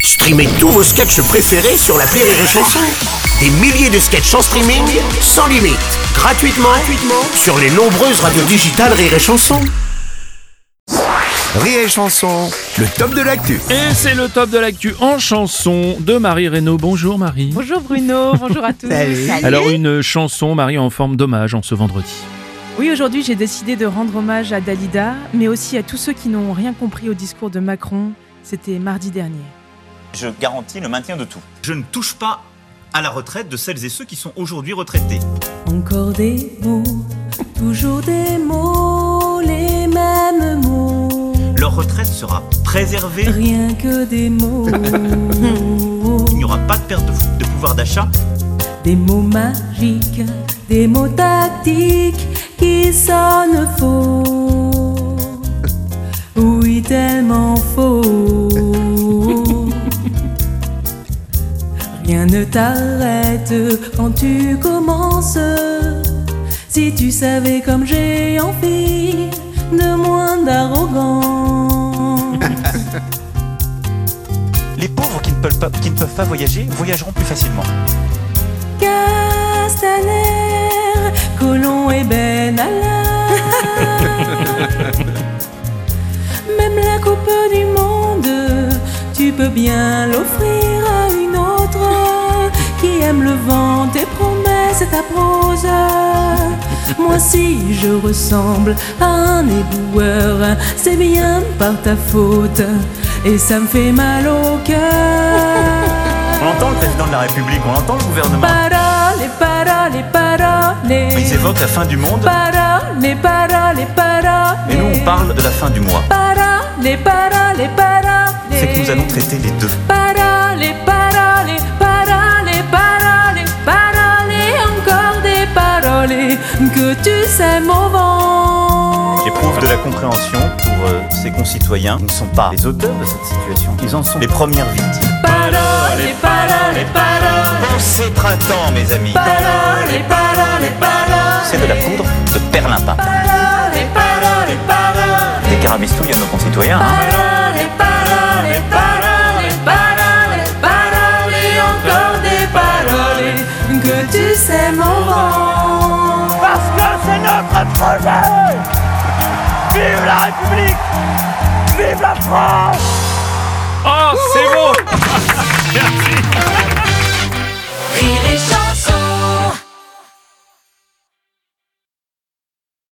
Streamez tous vos sketchs préférés sur la Rire et Chanson. Des milliers de sketchs en streaming, sans limite, gratuitement, gratuitement sur les nombreuses radios digitales Rire et Chanson. Rire et Chanson, le top de l'actu. Et c'est le top de l'actu en chanson de Marie Reynaud. Bonjour Marie. Bonjour Bruno, bonjour à tous. Alors une chanson Marie en forme d'hommage en ce vendredi. Oui, aujourd'hui j'ai décidé de rendre hommage à Dalida, mais aussi à tous ceux qui n'ont rien compris au discours de Macron. C'était mardi dernier. Je garantis le maintien de tout. Je ne touche pas à la retraite de celles et ceux qui sont aujourd'hui retraités. Encore des mots, toujours des mots, les mêmes mots, Leur retraite sera préservée. rien que des mots, Il n'y aura pas de perte de, de pouvoir d'achat. des mots magiques, des mots tactiques qui sonnent faux. Oui, tellement faux. Rien ne t'arrête quand tu commences. Si tu savais comme j'ai envie de moins d'arrogance. Les pauvres qui ne peuvent pas, qui ne peuvent pas voyager voyageront plus facilement. Castaner, Colomb et Ben Benalla. Même la coupe du monde, tu peux bien l'offrir à une autre qui aime le vent, tes promesses et ta prose. Moi si je ressemble à un éboueur, c'est bien par ta faute et ça me fait mal au cœur. On entend le président de la République, on entend le gouvernement. Parole, parole, parole. Ils évoquent la fin du monde Parole, parole, parole. et nous on parle de la fin du mois. Parole, parole, parole. C'est que nous allons traiter les deux. Parole, parole, parole, parole, parole. Encore des paroles que tu sais au vent. J'éprouve de la compréhension pour euh, ces concitoyens qui ne sont pas les auteurs de cette situation. Ils en sont les premières victimes. Parole, parole, parole. Bon, c'est printemps mes amis. Parole, parole, parole. C'est de la poudre de perlimpin. Parole, parole, parole. Des carabistouilles à nos concitoyens. hein. Parole, parole, parole, parole, parole, et encore des paroles que tu sais mon vent. Oh, c'est bon Rire et chanson.